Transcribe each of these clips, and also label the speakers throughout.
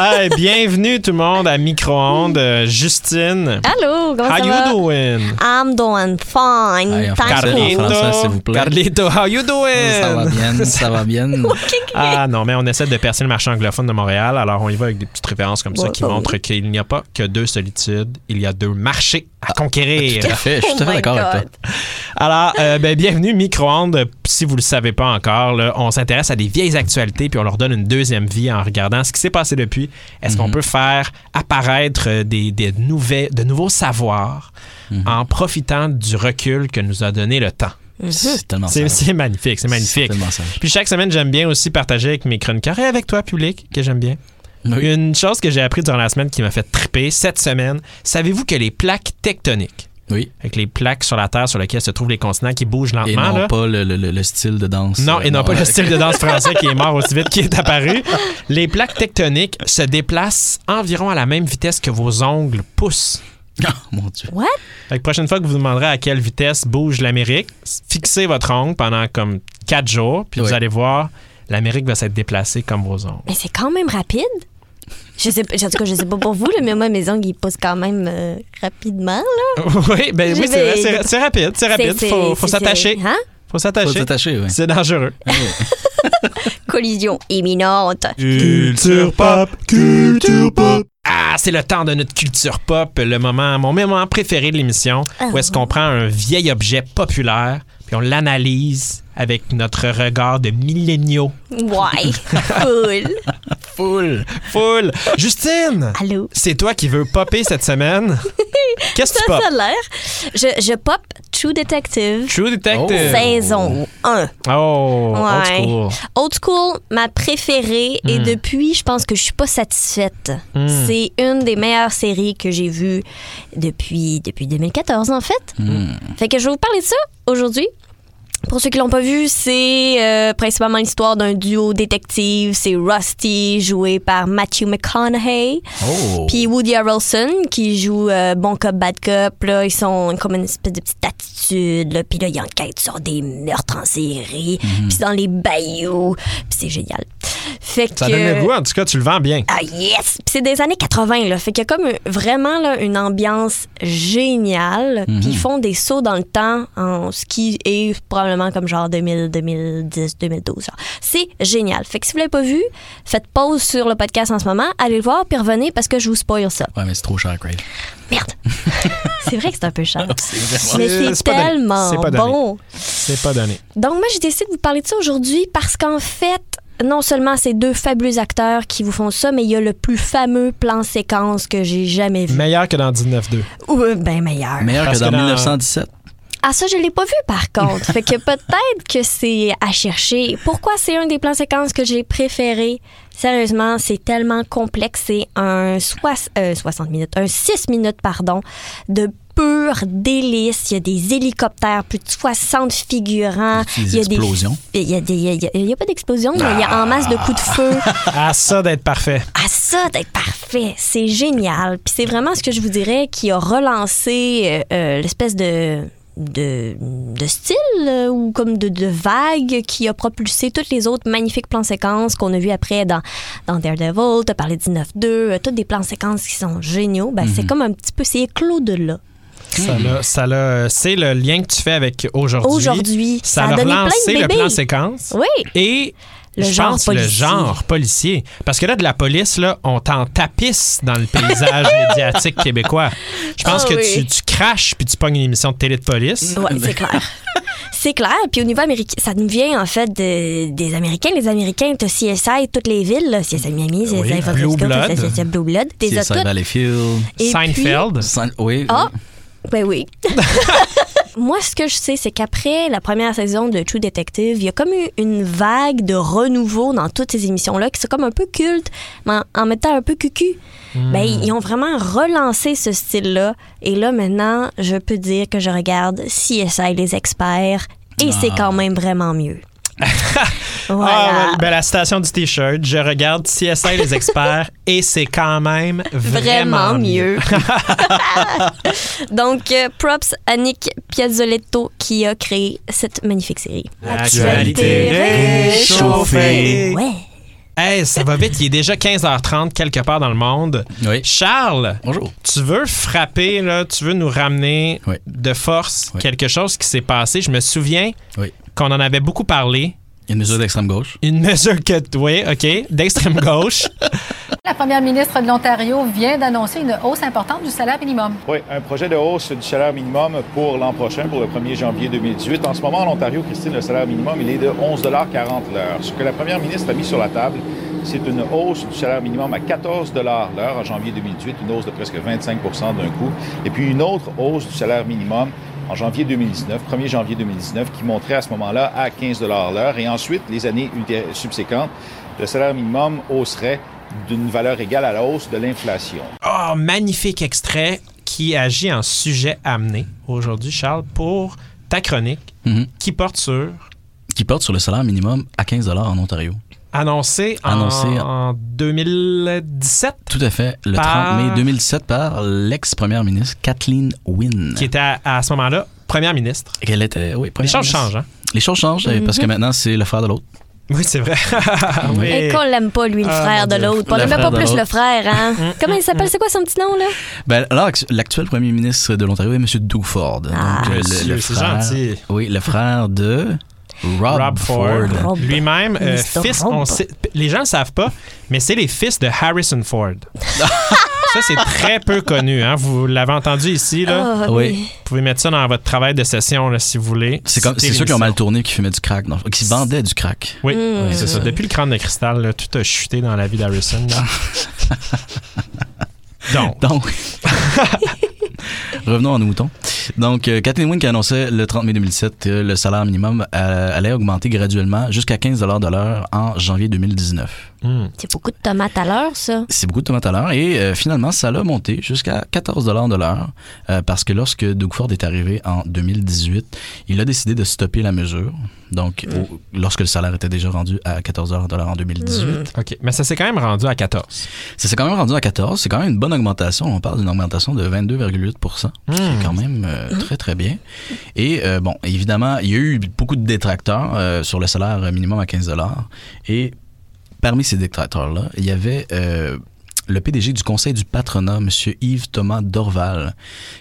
Speaker 1: Hey, bienvenue tout le monde à Micro-ondes. Euh, Justine,
Speaker 2: Allô, comment
Speaker 1: how
Speaker 2: ça
Speaker 1: you
Speaker 2: va?
Speaker 1: doing?
Speaker 2: I'm doing fine.
Speaker 3: Hey, en
Speaker 2: Thank
Speaker 3: français,
Speaker 2: you.
Speaker 3: en français, s'il vous plaît.
Speaker 1: Carlito, how you
Speaker 3: Ça va
Speaker 1: doing?
Speaker 3: bien, ça va bien.
Speaker 1: Ah non, mais on essaie de percer le marché anglophone de Montréal, alors on y va avec des petites références comme ça
Speaker 2: Ouais,
Speaker 1: qui
Speaker 2: bah oui.
Speaker 1: montrent qu'il n'y a pas que deux solitudes, il y a deux marchés à conquérir.
Speaker 3: Tout à fait, je suis tout à fait
Speaker 2: Oh my
Speaker 3: d'accord avec
Speaker 2: God.
Speaker 3: toi.
Speaker 1: Alors, euh, ben, bienvenue Micro-ondes. Si vous ne le savez pas encore, là, on s'intéresse à des vieilles actualités puis on leur donne une deuxième vie en regardant ce qui s'est passé depuis. Est-ce
Speaker 3: Mhm.
Speaker 1: qu'on peut faire apparaître euh, des, des nouvelles- de nouveaux savoirs
Speaker 3: Mhm.
Speaker 1: en profitant du recul que nous a donné le temps?
Speaker 3: C'est tellement
Speaker 1: C'est
Speaker 3: Ah, ça.
Speaker 1: c'est magnifique, c'est magnifique.
Speaker 3: tellement ça.
Speaker 1: Puis chaque semaine, j'aime bien aussi partager avec mes chroniqueurs et avec toi, public, que j'aime bien.
Speaker 3: Oui.
Speaker 1: Une chose que j'ai appris durant la semaine qui m'a fait triper cette semaine, savez-vous que les plaques tectoniques,
Speaker 3: Oui.
Speaker 1: avec les plaques sur la Terre sur lesquelles se trouvent les continents qui bougent lentement,
Speaker 3: Et non
Speaker 1: là,
Speaker 3: pas le, le- le- le style de danse.
Speaker 1: non,
Speaker 3: Euh,
Speaker 1: et non pas
Speaker 3: euh,
Speaker 1: le style de danse français qui est mort aussi vite qu'il est apparu. Les plaques tectoniques se déplacent environ à la même vitesse que vos ongles poussent.
Speaker 3: Ah, mon Dieu.
Speaker 2: What?
Speaker 1: Fait que prochaine fois que vous vous demanderez à quelle vitesse bouge l'Amérique, s- fixez votre ongle pendant comme 4 jours, puis vous
Speaker 3: Oui.
Speaker 1: allez voir, l'Amérique va s'être déplacée comme vos ongles.
Speaker 2: Mais c'est quand même rapide. Je sais, pas- en tout cas, je sais pas pour vous, là, mais moi, mes ongles, ils poussent quand même euh, rapidement. là.
Speaker 1: oui, ben,
Speaker 2: Je
Speaker 1: oui c'est
Speaker 2: vais-
Speaker 1: vrai, c'est ra- c'est rapide, c'est rapide.
Speaker 2: C'est-
Speaker 1: Faut,
Speaker 2: c'est-
Speaker 1: faut
Speaker 2: c'est-
Speaker 1: s'attacher.
Speaker 2: Hein?
Speaker 1: Faut
Speaker 3: Faut
Speaker 1: s'attacher.
Speaker 3: t'attacher, oui.
Speaker 1: C'est dangereux.
Speaker 2: Collision imminente.
Speaker 1: Culture pop, culture pop. Ah, c'est le temps de notre culture pop, le moment, mon moment préféré de l'émission,
Speaker 2: Ah.
Speaker 1: où est-ce qu'on prend un vieil objet populaire, puis on l'analyse avec notre regard de milléniaux.
Speaker 2: Why? cool.
Speaker 3: Full.
Speaker 1: Full. Justine,
Speaker 2: Allô?
Speaker 1: c'est toi qui veux popper cette semaine. Qu'est-ce que
Speaker 2: Ça,
Speaker 1: tu
Speaker 2: ça
Speaker 1: popes?
Speaker 2: a l'air. Je, je pop True Detective.
Speaker 1: True
Speaker 3: Oh.
Speaker 1: Detective.
Speaker 2: Saison 1.
Speaker 1: Oh, old
Speaker 2: Ouais.
Speaker 1: school.
Speaker 2: Old School, ma préférée, et
Speaker 1: Mm.
Speaker 2: depuis, je pense que je suis pas satisfaite.
Speaker 1: Mm.
Speaker 2: C'est une des meilleures séries que j'ai vues depuis, depuis 2014, en fait. Fait que je vais vous parler de ça aujourd'hui. Pour ceux qui l'ont pas vu, c'est euh, principalement l'histoire d'un duo détective. C'est Rusty, joué par Matthew McConaughey,
Speaker 3: Oh.
Speaker 2: puis Woody Harrelson, qui joue euh, Bon Cop, Bad Cop. Là, ils sont comme une espèce de petite attitude. Là, puis là, ils enquêtent sur des meurtres en série,
Speaker 1: Mhm.
Speaker 2: puis c'est dans les bayous. Puis c'est génial. Fait
Speaker 1: Ça
Speaker 2: que...
Speaker 1: donne le goût, en tout cas, tu le vends bien.
Speaker 2: Ah yes! Puis c'est des années 80, là. Fait qu'il y a comme un- vraiment là, une ambiance géniale.
Speaker 1: Mhm.
Speaker 2: Puis ils font des sauts dans le temps en ce qui est probablement comme genre 2000, 2010, 2012. genre. C'est génial. Fait que si vous l'avez pas vu, faites pause sur le podcast en ce moment, allez le voir, puis revenez parce que je vous spoil ça.
Speaker 3: Ouais, mais c'est trop cher, Craig.
Speaker 2: Merde! c'est vrai que c'est un peu cher.
Speaker 3: C'est vraiment.
Speaker 2: Mais
Speaker 1: C'est-
Speaker 2: c'est
Speaker 1: c'est pas donné.
Speaker 2: tellement
Speaker 1: C'est pas donné.
Speaker 2: bon.
Speaker 1: C'est pas donné.
Speaker 2: Donc, moi, j'ai décidé de vous parler de ça aujourd'hui parce qu'en fait, non seulement c'est deux fabuleux acteurs qui vous font ça, mais il y a le plus fameux plan séquence que j'ai jamais vu.
Speaker 1: Meilleur que dans 19-2.
Speaker 2: Ou euh, ben meilleur.
Speaker 3: Meilleur
Speaker 1: Parce
Speaker 3: que dans
Speaker 1: que dans-
Speaker 3: 1917.
Speaker 2: Ah, ça, je l'ai pas vu par contre. fait que peut-être que c'est à chercher. Pourquoi c'est un des plans séquences que j'ai préféré? Sérieusement, c'est tellement complexe. C'est un soix- euh, 60 minutes, un 6 minutes, pardon, de pur délice. Il y a des hélicoptères, plus de 60 figurants.
Speaker 3: Des
Speaker 2: Il y a des-
Speaker 3: explosions.
Speaker 2: Il y a, des- il y a- il y a- il y a pas d'explosion, mais il y a en masse de coups de feu.
Speaker 1: À Ah, ça d'être parfait.
Speaker 2: à ça d'être parfait. C'est génial. Puis c'est vraiment ce que je vous dirais qui a relancé euh, euh, l'espèce de, de, de style euh, ou comme de, de vague qui a propulsé toutes les autres magnifiques plans séquences qu'on a vus après dans, dans Daredevil. Tu as parlé de 19-2, euh, toutes des plans séquences qui sont géniaux. Ben,
Speaker 1: Mhm.
Speaker 2: C'est comme un petit peu, c'est éclos de là.
Speaker 1: Ça l'a- ça l'a- c'est le lien que tu fais avec aujourd'hui.
Speaker 2: Aujourd'hui,
Speaker 1: ça,
Speaker 2: ça, a
Speaker 1: a
Speaker 2: donné
Speaker 1: relancé
Speaker 2: plein de
Speaker 1: le
Speaker 2: bébés.
Speaker 1: plan séquence
Speaker 2: oui,
Speaker 1: et
Speaker 2: Le
Speaker 1: je
Speaker 2: genre
Speaker 1: pense le
Speaker 2: policier.
Speaker 1: genre policier. Parce que là, de la police, là, on t'en tapisse dans le paysage médiatique québécois. Je pense
Speaker 2: Ah
Speaker 1: que tu,
Speaker 2: oui.
Speaker 1: tu craches puis tu pognes une émission de télé de police.
Speaker 2: Ouais, c'est clair. C'est clair. Puis au niveau américain, ça nous vient en fait de- des Américains. Les Américains, t'as CSI, toutes les villes, là, CSI Miami, CSI
Speaker 1: Oui,
Speaker 2: San
Speaker 1: Blue
Speaker 2: Francisco,
Speaker 1: Blood.
Speaker 2: CSI Blue Blood. T'es
Speaker 3: C'est
Speaker 2: à toutes.
Speaker 3: Valleyfield.
Speaker 2: Et puis-
Speaker 1: Seinfeld.
Speaker 3: Saint- Oui.
Speaker 2: Ah, ben oui. moi, ce que je sais, c'est qu'après la première saison de True Detective, il y a comme eu une vague de renouveau dans toutes ces émissions-là qui sont comme un peu cultes, mais en, en même temps un peu cucu. Ben, ils ont vraiment relancé ce style-là. Et là, maintenant, je peux dire que je regarde CSI Les Experts et c'est quand même vraiment mieux.
Speaker 1: Ah,
Speaker 2: voilà.
Speaker 1: ouais, ben, la citation du T-shirt, je regarde CSI les experts et c'est quand même vraiment,
Speaker 2: vraiment mieux. Donc, euh, props à Nick Piazzoletto qui a créé cette magnifique série.
Speaker 1: Actualité réchauffée.
Speaker 2: Ouais.
Speaker 1: Hey, ça va vite, il est déjà 15h30 quelque part dans le monde.
Speaker 3: Oui.
Speaker 1: Charles,
Speaker 3: Bonjour.
Speaker 1: tu veux frapper, là, tu veux nous ramener
Speaker 3: Oui.
Speaker 1: de force
Speaker 3: Oui.
Speaker 1: quelque chose qui s'est passé. Je me souviens
Speaker 3: Oui.
Speaker 1: qu'on en avait beaucoup parlé.
Speaker 3: Il y a une mesure d'extrême gauche.
Speaker 1: Une mesure que, oui, OK, d'extrême gauche.
Speaker 4: La première ministre de l'Ontario vient d'annoncer une hausse importante du salaire minimum.
Speaker 5: Oui, un projet de hausse du salaire minimum pour l'an prochain, pour le 1er janvier 2018. En ce moment, en Ontario, Christine, le salaire minimum, il est de 11,40 l'heure. Ce que la première ministre a mis sur la table, c'est une hausse du salaire minimum à 14 l'heure en janvier 2018, une hausse de presque 25 d'un coup, et puis une autre hausse du salaire minimum en janvier 2019, 1er janvier 2019, qui monterait à ce moment-là à 15 l'heure. Et ensuite, les années ulté- subséquentes, le salaire minimum hausserait d'une valeur égale à la hausse de l'inflation.
Speaker 1: Oh, magnifique extrait qui agit en sujet amené aujourd'hui, Charles, pour ta chronique
Speaker 3: Mhm.
Speaker 1: qui porte sur
Speaker 3: Qui porte sur le salaire minimum à 15 en Ontario.
Speaker 1: annoncé, en-
Speaker 3: Annoncé.
Speaker 1: en 2017,
Speaker 3: Tout à fait. Le
Speaker 1: Par-
Speaker 3: 30 mai 2017 par l'ex-première ministre Kathleen Wynne.
Speaker 1: qui était à, à ce moment-là première ministre.
Speaker 3: Elle était, oui,
Speaker 1: Les
Speaker 3: première
Speaker 1: choses
Speaker 3: ministre.
Speaker 1: changent, hein?
Speaker 3: Les choses changent euh, parce que
Speaker 1: Mhm.
Speaker 3: maintenant, c'est le frère de l'autre.
Speaker 1: Oui, c'est vrai. Oui.
Speaker 2: Et qu'on l'aime pas, lui, le
Speaker 1: Ah, mon
Speaker 2: frère de
Speaker 1: Dieu.
Speaker 2: l'autre. On
Speaker 3: Le
Speaker 2: l'aime pas
Speaker 3: frère de
Speaker 2: plus le
Speaker 3: l'autre.
Speaker 2: frère, hein? Comment il s'appelle? C'est quoi son petit nom, là?
Speaker 3: Ben, alors, actu- l'actuel premier ministre de l'Ontario est M. Doug Ford. Donc, euh,
Speaker 1: Ah, Monsieur, c'est gentil.
Speaker 3: Oui, le frère de Rob,
Speaker 1: Rob Ford,
Speaker 3: Ford.
Speaker 2: Rob.
Speaker 1: lui-même, euh,
Speaker 2: Mr.
Speaker 1: fils,
Speaker 2: Rob.
Speaker 1: on sait- les gens ne savent pas, mais c'est les fils de Harrison Ford. ça, c'est très peu connu. Hein? Vous l'avez entendu ici. Là.
Speaker 2: Ah,
Speaker 3: Oui.
Speaker 1: Vous pouvez mettre ça dans votre travail de session là, si vous voulez.
Speaker 3: C'est comme, c'est
Speaker 1: sûr
Speaker 3: ceux qui ont mal tourné qui fumaient du crack, non, qui vendaient du crack.
Speaker 1: Oui,
Speaker 2: Mm.
Speaker 1: c'est ça. Depuis le crâne de cristal, là, tout a chuté dans la vie d'Harrison. là. Donc,
Speaker 3: Donc, revenons à nos moutons. Donc, euh, Kathleen Wynne qui annonçait le 30 mai 2017 que le salaire minimum euh, allait augmenter graduellement jusqu'à 15 de l'heure en janvier 2019.
Speaker 1: hmm,
Speaker 2: C'est beaucoup de tomates à l'heure, ça.
Speaker 1: Ah
Speaker 3: C'est beaucoup de tomates à l'heure et euh, finalement, ça l'a monté jusqu'à 14 de l'heure euh, parce que lorsque Doug Ford est arrivé en 2018, il a décidé de stopper la mesure. Donc, au- lorsque le salaire était déjà rendu à 14 de l'heure en 2018,
Speaker 1: OK. Mais ça s'est quand même rendu à 14.
Speaker 3: ça s'est quand même rendu à 14. C'est quand même une bonne augmentation. On parle d'une augmentation de 22,8 qui est quand même euh, très, très bien. Et euh, bon, évidemment, il y a eu beaucoup de détracteurs euh, sur le salaire minimum à 15 Et parmi ces détracteurs-là, il y avait euh, le PDG du Conseil du patronat, M. Yves-Thomas Dorval,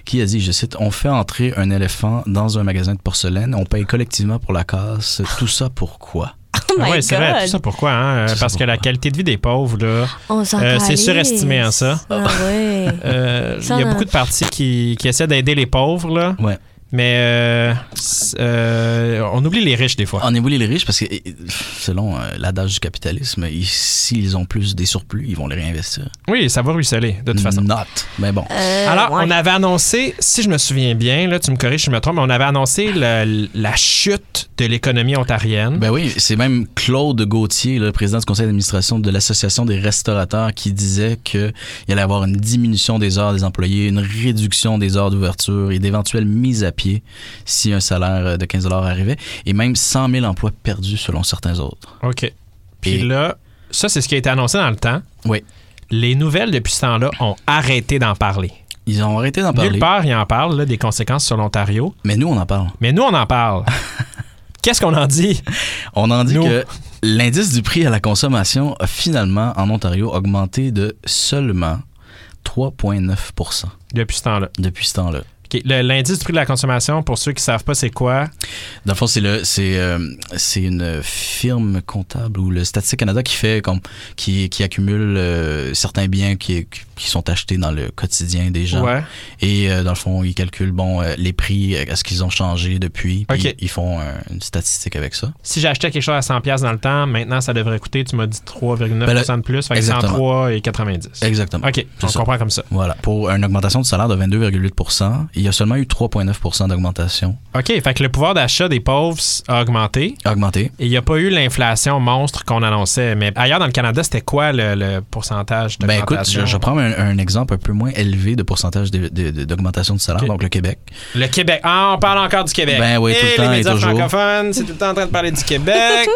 Speaker 3: qui a dit, je cite, On fait entrer un éléphant dans un magasin de porcelaine, on paye collectivement pour la casse. Tout ça pourquoi
Speaker 2: Oh my
Speaker 1: oui, Ah c'est vrai. Tout
Speaker 2: God!
Speaker 1: ça pourquoi? hein? Euh,
Speaker 3: Tout ça
Speaker 1: Parce que la
Speaker 3: pourquoi?
Speaker 1: qualité de vie des pauvres, là,
Speaker 2: On s'en
Speaker 1: Euh, c'est
Speaker 2: calisse.
Speaker 1: surestimé, hein, ça.
Speaker 2: Ah, ouais.
Speaker 1: Euh, il
Speaker 2: Ça,
Speaker 1: y a
Speaker 2: là.
Speaker 1: beaucoup de partis qui, qui essaient d'aider les pauvres, là.
Speaker 3: Ouais.
Speaker 1: Mais euh, c'est- euh, on oublie les riches des fois.
Speaker 3: En éboulé les riches, parce que eh, eh, selon euh, l'adage du capitalisme, ils- s'ils ont plus des surplus, ils vont les réinvestir.
Speaker 1: Oui, ça va ruisseler, de
Speaker 3: Mm.
Speaker 1: toute façon.
Speaker 3: Not. Mais bon.
Speaker 2: Euh,
Speaker 1: Alors,
Speaker 2: ouais.
Speaker 1: on avait annoncé, si je me souviens bien, là, tu me corriges si je me trompe, mais on avait annoncé le- la chute de l'économie ontarienne.
Speaker 3: Ben oui, c'est même Claude Gauthier, le président du conseil d'administration de l'Association des restaurateurs, qui disait qu'il allait avoir une diminution des heures des employés, une réduction des heures d'ouverture et d'éventuelles mises à pied si un salaire euh, de 15 arrivait, et même 100 000 emplois perdus selon certains autres.
Speaker 1: OK. Puis
Speaker 3: Et-
Speaker 1: là, ça, c'est ce qui a été annoncé dans le temps.
Speaker 3: Oui.
Speaker 1: Les nouvelles depuis ce temps-là ont arrêté d'en parler.
Speaker 3: Ils ont arrêté d'en parler.
Speaker 1: Nulle part, ils en parlent, là, des conséquences sur l'Ontario.
Speaker 3: Mais nous, on en parle.
Speaker 1: Mais nous, on en parle. Qu'est-ce qu'on en dit?
Speaker 3: On en dit
Speaker 1: Nous.
Speaker 3: que l'indice du prix à la consommation a finalement, en Ontario, augmenté de seulement 3,9
Speaker 1: depuis ce temps-là.
Speaker 3: depuis ce temps-là.
Speaker 1: OK. Le- L'indice du prix de la consommation, pour ceux qui ne savent pas c'est quoi,
Speaker 3: Dans le fond, c'est le, c'est, euh, c'est une firme comptable ou le Statistique Canada qui fait comme, qui, qui accumule euh, certains biens qui, qui sont achetés dans le quotidien des gens.
Speaker 1: ouais.
Speaker 3: Et euh, dans le fond, ils calculent bon euh, les prix, euh, est-ce qu'ils ont changé depuis. Puis
Speaker 1: Ok.
Speaker 3: ils font euh, une statistique avec ça.
Speaker 1: si j'achetais quelque chose à 100$ piastres dans le temps, maintenant ça devrait coûter, tu m'as dit 3,9%
Speaker 3: Ben là,
Speaker 1: de plus, fait que
Speaker 3: exactement.
Speaker 1: 103 et 90.
Speaker 3: Exactement.
Speaker 1: OK, on
Speaker 3: ça.
Speaker 1: comprend comme ça.
Speaker 3: Voilà, pour une augmentation de salaire de 22,8 il y a seulement eu 3,9 d'augmentation
Speaker 1: OK, fait que le pouvoir d'achat des pauvres a augmenté.
Speaker 3: augmentée.
Speaker 1: Et il n'y a pas eu l'inflation monstre qu'on annonçait. Mais ailleurs dans le Canada, c'était quoi le, le pourcentage
Speaker 3: Ben écoute,
Speaker 1: d'augmentation?
Speaker 3: je, je prends un, un exemple un peu moins élevé de pourcentage de- de- de- d'augmentation de salaire,
Speaker 1: Ok.
Speaker 3: donc le Québec.
Speaker 1: Le Québec. Ah, on parle encore du Québec.
Speaker 3: Ben oui, tout le
Speaker 1: Et
Speaker 3: temps
Speaker 1: les
Speaker 3: et
Speaker 1: médias
Speaker 3: toujours.
Speaker 1: francophones, c'est tout le temps en train de parler du Québec.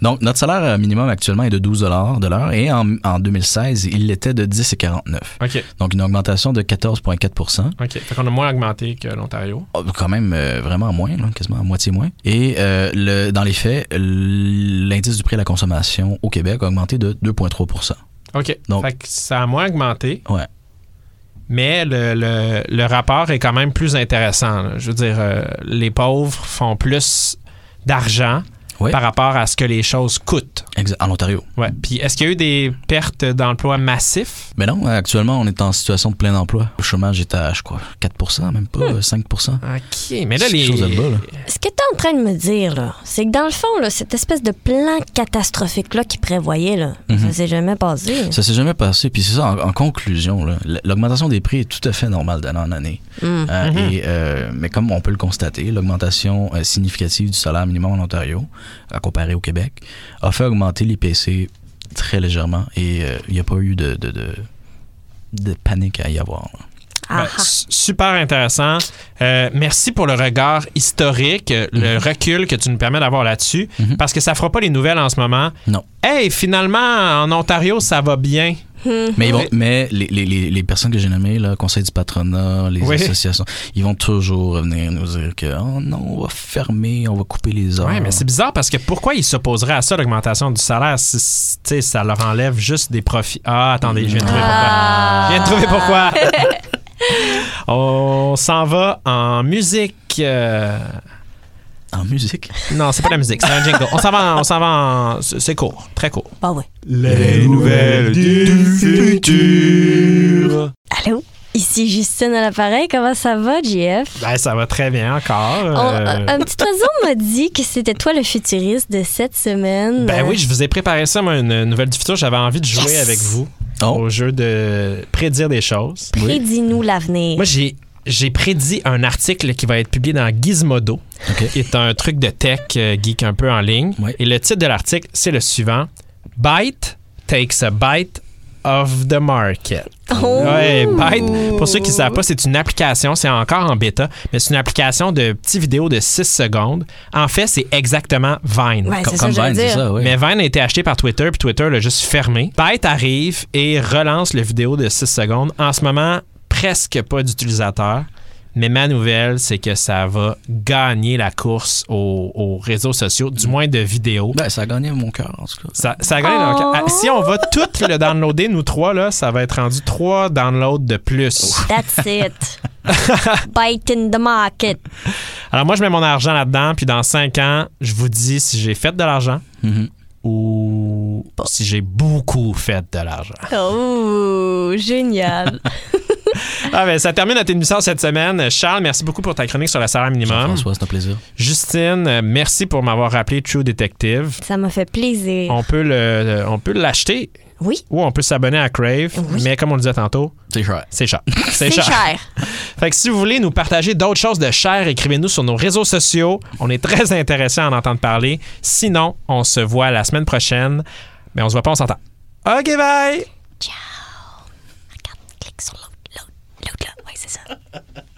Speaker 3: Donc, notre salaire euh, minimum actuellement est de 12 de l'heure et en, en 2016, il était de 10,49
Speaker 1: OK,
Speaker 3: Donc, une augmentation de 14,4
Speaker 1: OK. Fait qu'on a moins augmenté que l'Ontario.
Speaker 3: Oh, quand même euh, vraiment moins, là, quasiment à moitié moins. Et euh, le, dans les faits, l'indice du prix à la consommation au Québec a augmenté de 2,3
Speaker 1: OK.
Speaker 3: Donc-
Speaker 1: fait que ça a moins augmenté.
Speaker 3: Ouais.
Speaker 1: Mais le, le- le rapport est quand même plus intéressant. là. Je veux dire, euh, les pauvres font plus d'argent
Speaker 3: Oui. Mm.
Speaker 1: par rapport à ce que les choses coûtent.
Speaker 3: Exa- en Ontario.
Speaker 1: Ouais. Puis est-ce qu'il y a eu des pertes d'emploi massifs?
Speaker 3: Mais non, actuellement, on est en situation de plein emploi. Le chômage est à, je crois, 4 même pas, 5
Speaker 1: OK. Mais là,
Speaker 3: C'est
Speaker 1: les. ben,
Speaker 3: quelque chose de bas, là.
Speaker 2: Ce que tu es en train de me dire, là, c'est que dans le fond, là, cette espèce de plan catastrophique-là qu'ils prévoyaient, là,
Speaker 1: Mhm.
Speaker 2: ça s'est jamais passé.
Speaker 3: Ça s'est jamais passé. Puis c'est ça, en, en conclusion, là, l- l'augmentation des prix est tout à fait normale d'année en année.
Speaker 2: Mm.
Speaker 3: Euh,
Speaker 1: Mhm.
Speaker 3: et, euh, mais comme on peut le constater, l'augmentation euh, significative du salaire minimum en Ontario, à comparer au Québec, a fait augmenter l'IPC très légèrement et euh, il n'y a pas eu de, de, de- de panique à y avoir. là.
Speaker 2: Ah,
Speaker 1: Ben, su- super intéressant. Euh, merci pour le regard historique, euh, le
Speaker 3: Mm-hmm.
Speaker 1: recul que tu nous permets d'avoir là-dessus,
Speaker 3: Mhm.
Speaker 1: parce que ça fera pas les nouvelles en ce moment.
Speaker 3: Non.
Speaker 1: Hey, finalement, en Ontario, ça va bien.
Speaker 3: Mais, ils vont- mais les, les- les- les personnes que j'ai nommées, le conseil du patronat, les
Speaker 1: Oui.
Speaker 3: associations, ils vont toujours venir nous dire que oh non, on va fermer, on va couper les heures.
Speaker 1: Ouais, mais c'est bizarre parce que pourquoi ils s'opposeraient à ça, l'augmentation du salaire, si si, tu sais, ça leur enlève juste des profits? Ah, attendez, je viens de trouver
Speaker 2: Ah.
Speaker 1: pourquoi. Je viens de trouver pourquoi. On s'en va en musique. euh,
Speaker 3: en musique.
Speaker 1: Non, c'est pas la musique, c'est un jingle. On s'en va, en- on s'en va en- c'est- C'est court, très court.
Speaker 2: bah ouais.
Speaker 1: Les nouvelles du futur.
Speaker 2: Allô? Ici Justine à l'appareil, comment ça va, JF?
Speaker 1: Ben, ça va très bien encore.
Speaker 2: On-
Speaker 1: euh,
Speaker 2: un, un petit oiseau m'a dit que c'était toi le futuriste de cette semaine.
Speaker 1: ben oui, je vous ai préparé ça, moi, une nouvelle du futur. J'avais envie de jouer
Speaker 2: Yes!
Speaker 1: avec vous
Speaker 3: Oh,
Speaker 1: au jeu de prédire des choses.
Speaker 2: Prédis-nous l'avenir.
Speaker 1: Moi, j'ai. J'ai prédit un article qui va être publié dans Gizmodo,
Speaker 3: OK.
Speaker 1: qui est un truc de tech euh, geek un peu en ligne.
Speaker 3: Oui.
Speaker 1: Et le titre de l'article, c'est le suivant Byte takes a bite of the market.
Speaker 2: Oh!
Speaker 1: Ouais, Byte. Pour ceux qui ne savent pas, c'est une application, c'est encore en bêta, mais c'est une application de petites vidéos de 6 secondes. En fait, c'est exactement Vine.
Speaker 2: Ouais,
Speaker 3: comme,
Speaker 2: c'est ça,
Speaker 3: comme
Speaker 2: je veux
Speaker 3: Vine,
Speaker 2: dire.
Speaker 3: c'est ça, oui.
Speaker 1: Mais Vine a été acheté par Twitter, puis Twitter l'a juste fermé. Byte arrive et relance le vidéo de 6 secondes. En ce moment, presque pas d'utilisateurs. Mais ma nouvelle, c'est que ça va gagner la course aux, aux réseaux sociaux, du moins de vidéos.
Speaker 3: Ben, ça a gagné mon cœur, en tout cas.
Speaker 1: Ça, ça gagne.
Speaker 2: Oh.
Speaker 1: donc, ah, si on va toutes le downloader, nous trois, là, ça va être rendu trois downloads de plus.
Speaker 2: That's it. Bite in the market.
Speaker 1: Alors moi, je mets mon argent là-dedans, puis dans cinq ans, je vous dis si j'ai fait de l'argent
Speaker 3: Mhm.
Speaker 1: ou si j'ai beaucoup fait de l'argent.
Speaker 2: Oh, génial.
Speaker 1: Ah ben, ça termine notre émission cette semaine. Charles, merci beaucoup pour ta chronique sur le salaire minimum.
Speaker 3: François, c'est un plaisir.
Speaker 1: Justine, euh, merci pour m'avoir rappelé True Detective.
Speaker 2: Ça m'a fait plaisir.
Speaker 1: On peut le, on peut l'acheter
Speaker 2: Oui,
Speaker 1: ou on peut s'abonner à Crave, mais comme on le disait tantôt,
Speaker 3: C'est cher.
Speaker 1: c'est cher.
Speaker 2: c'est cher.
Speaker 1: Fait que si vous voulez nous partager d'autres choses de cher, écrivez-nous sur nos réseaux sociaux. On est très intéressés à en entendre parler. Sinon, on se voit la semaine prochaine. Mais on se voit pas, on s'entend. OK, bye!
Speaker 2: Clique sur l'autre, l'autre, l'autre là. Ouais, c'est ça.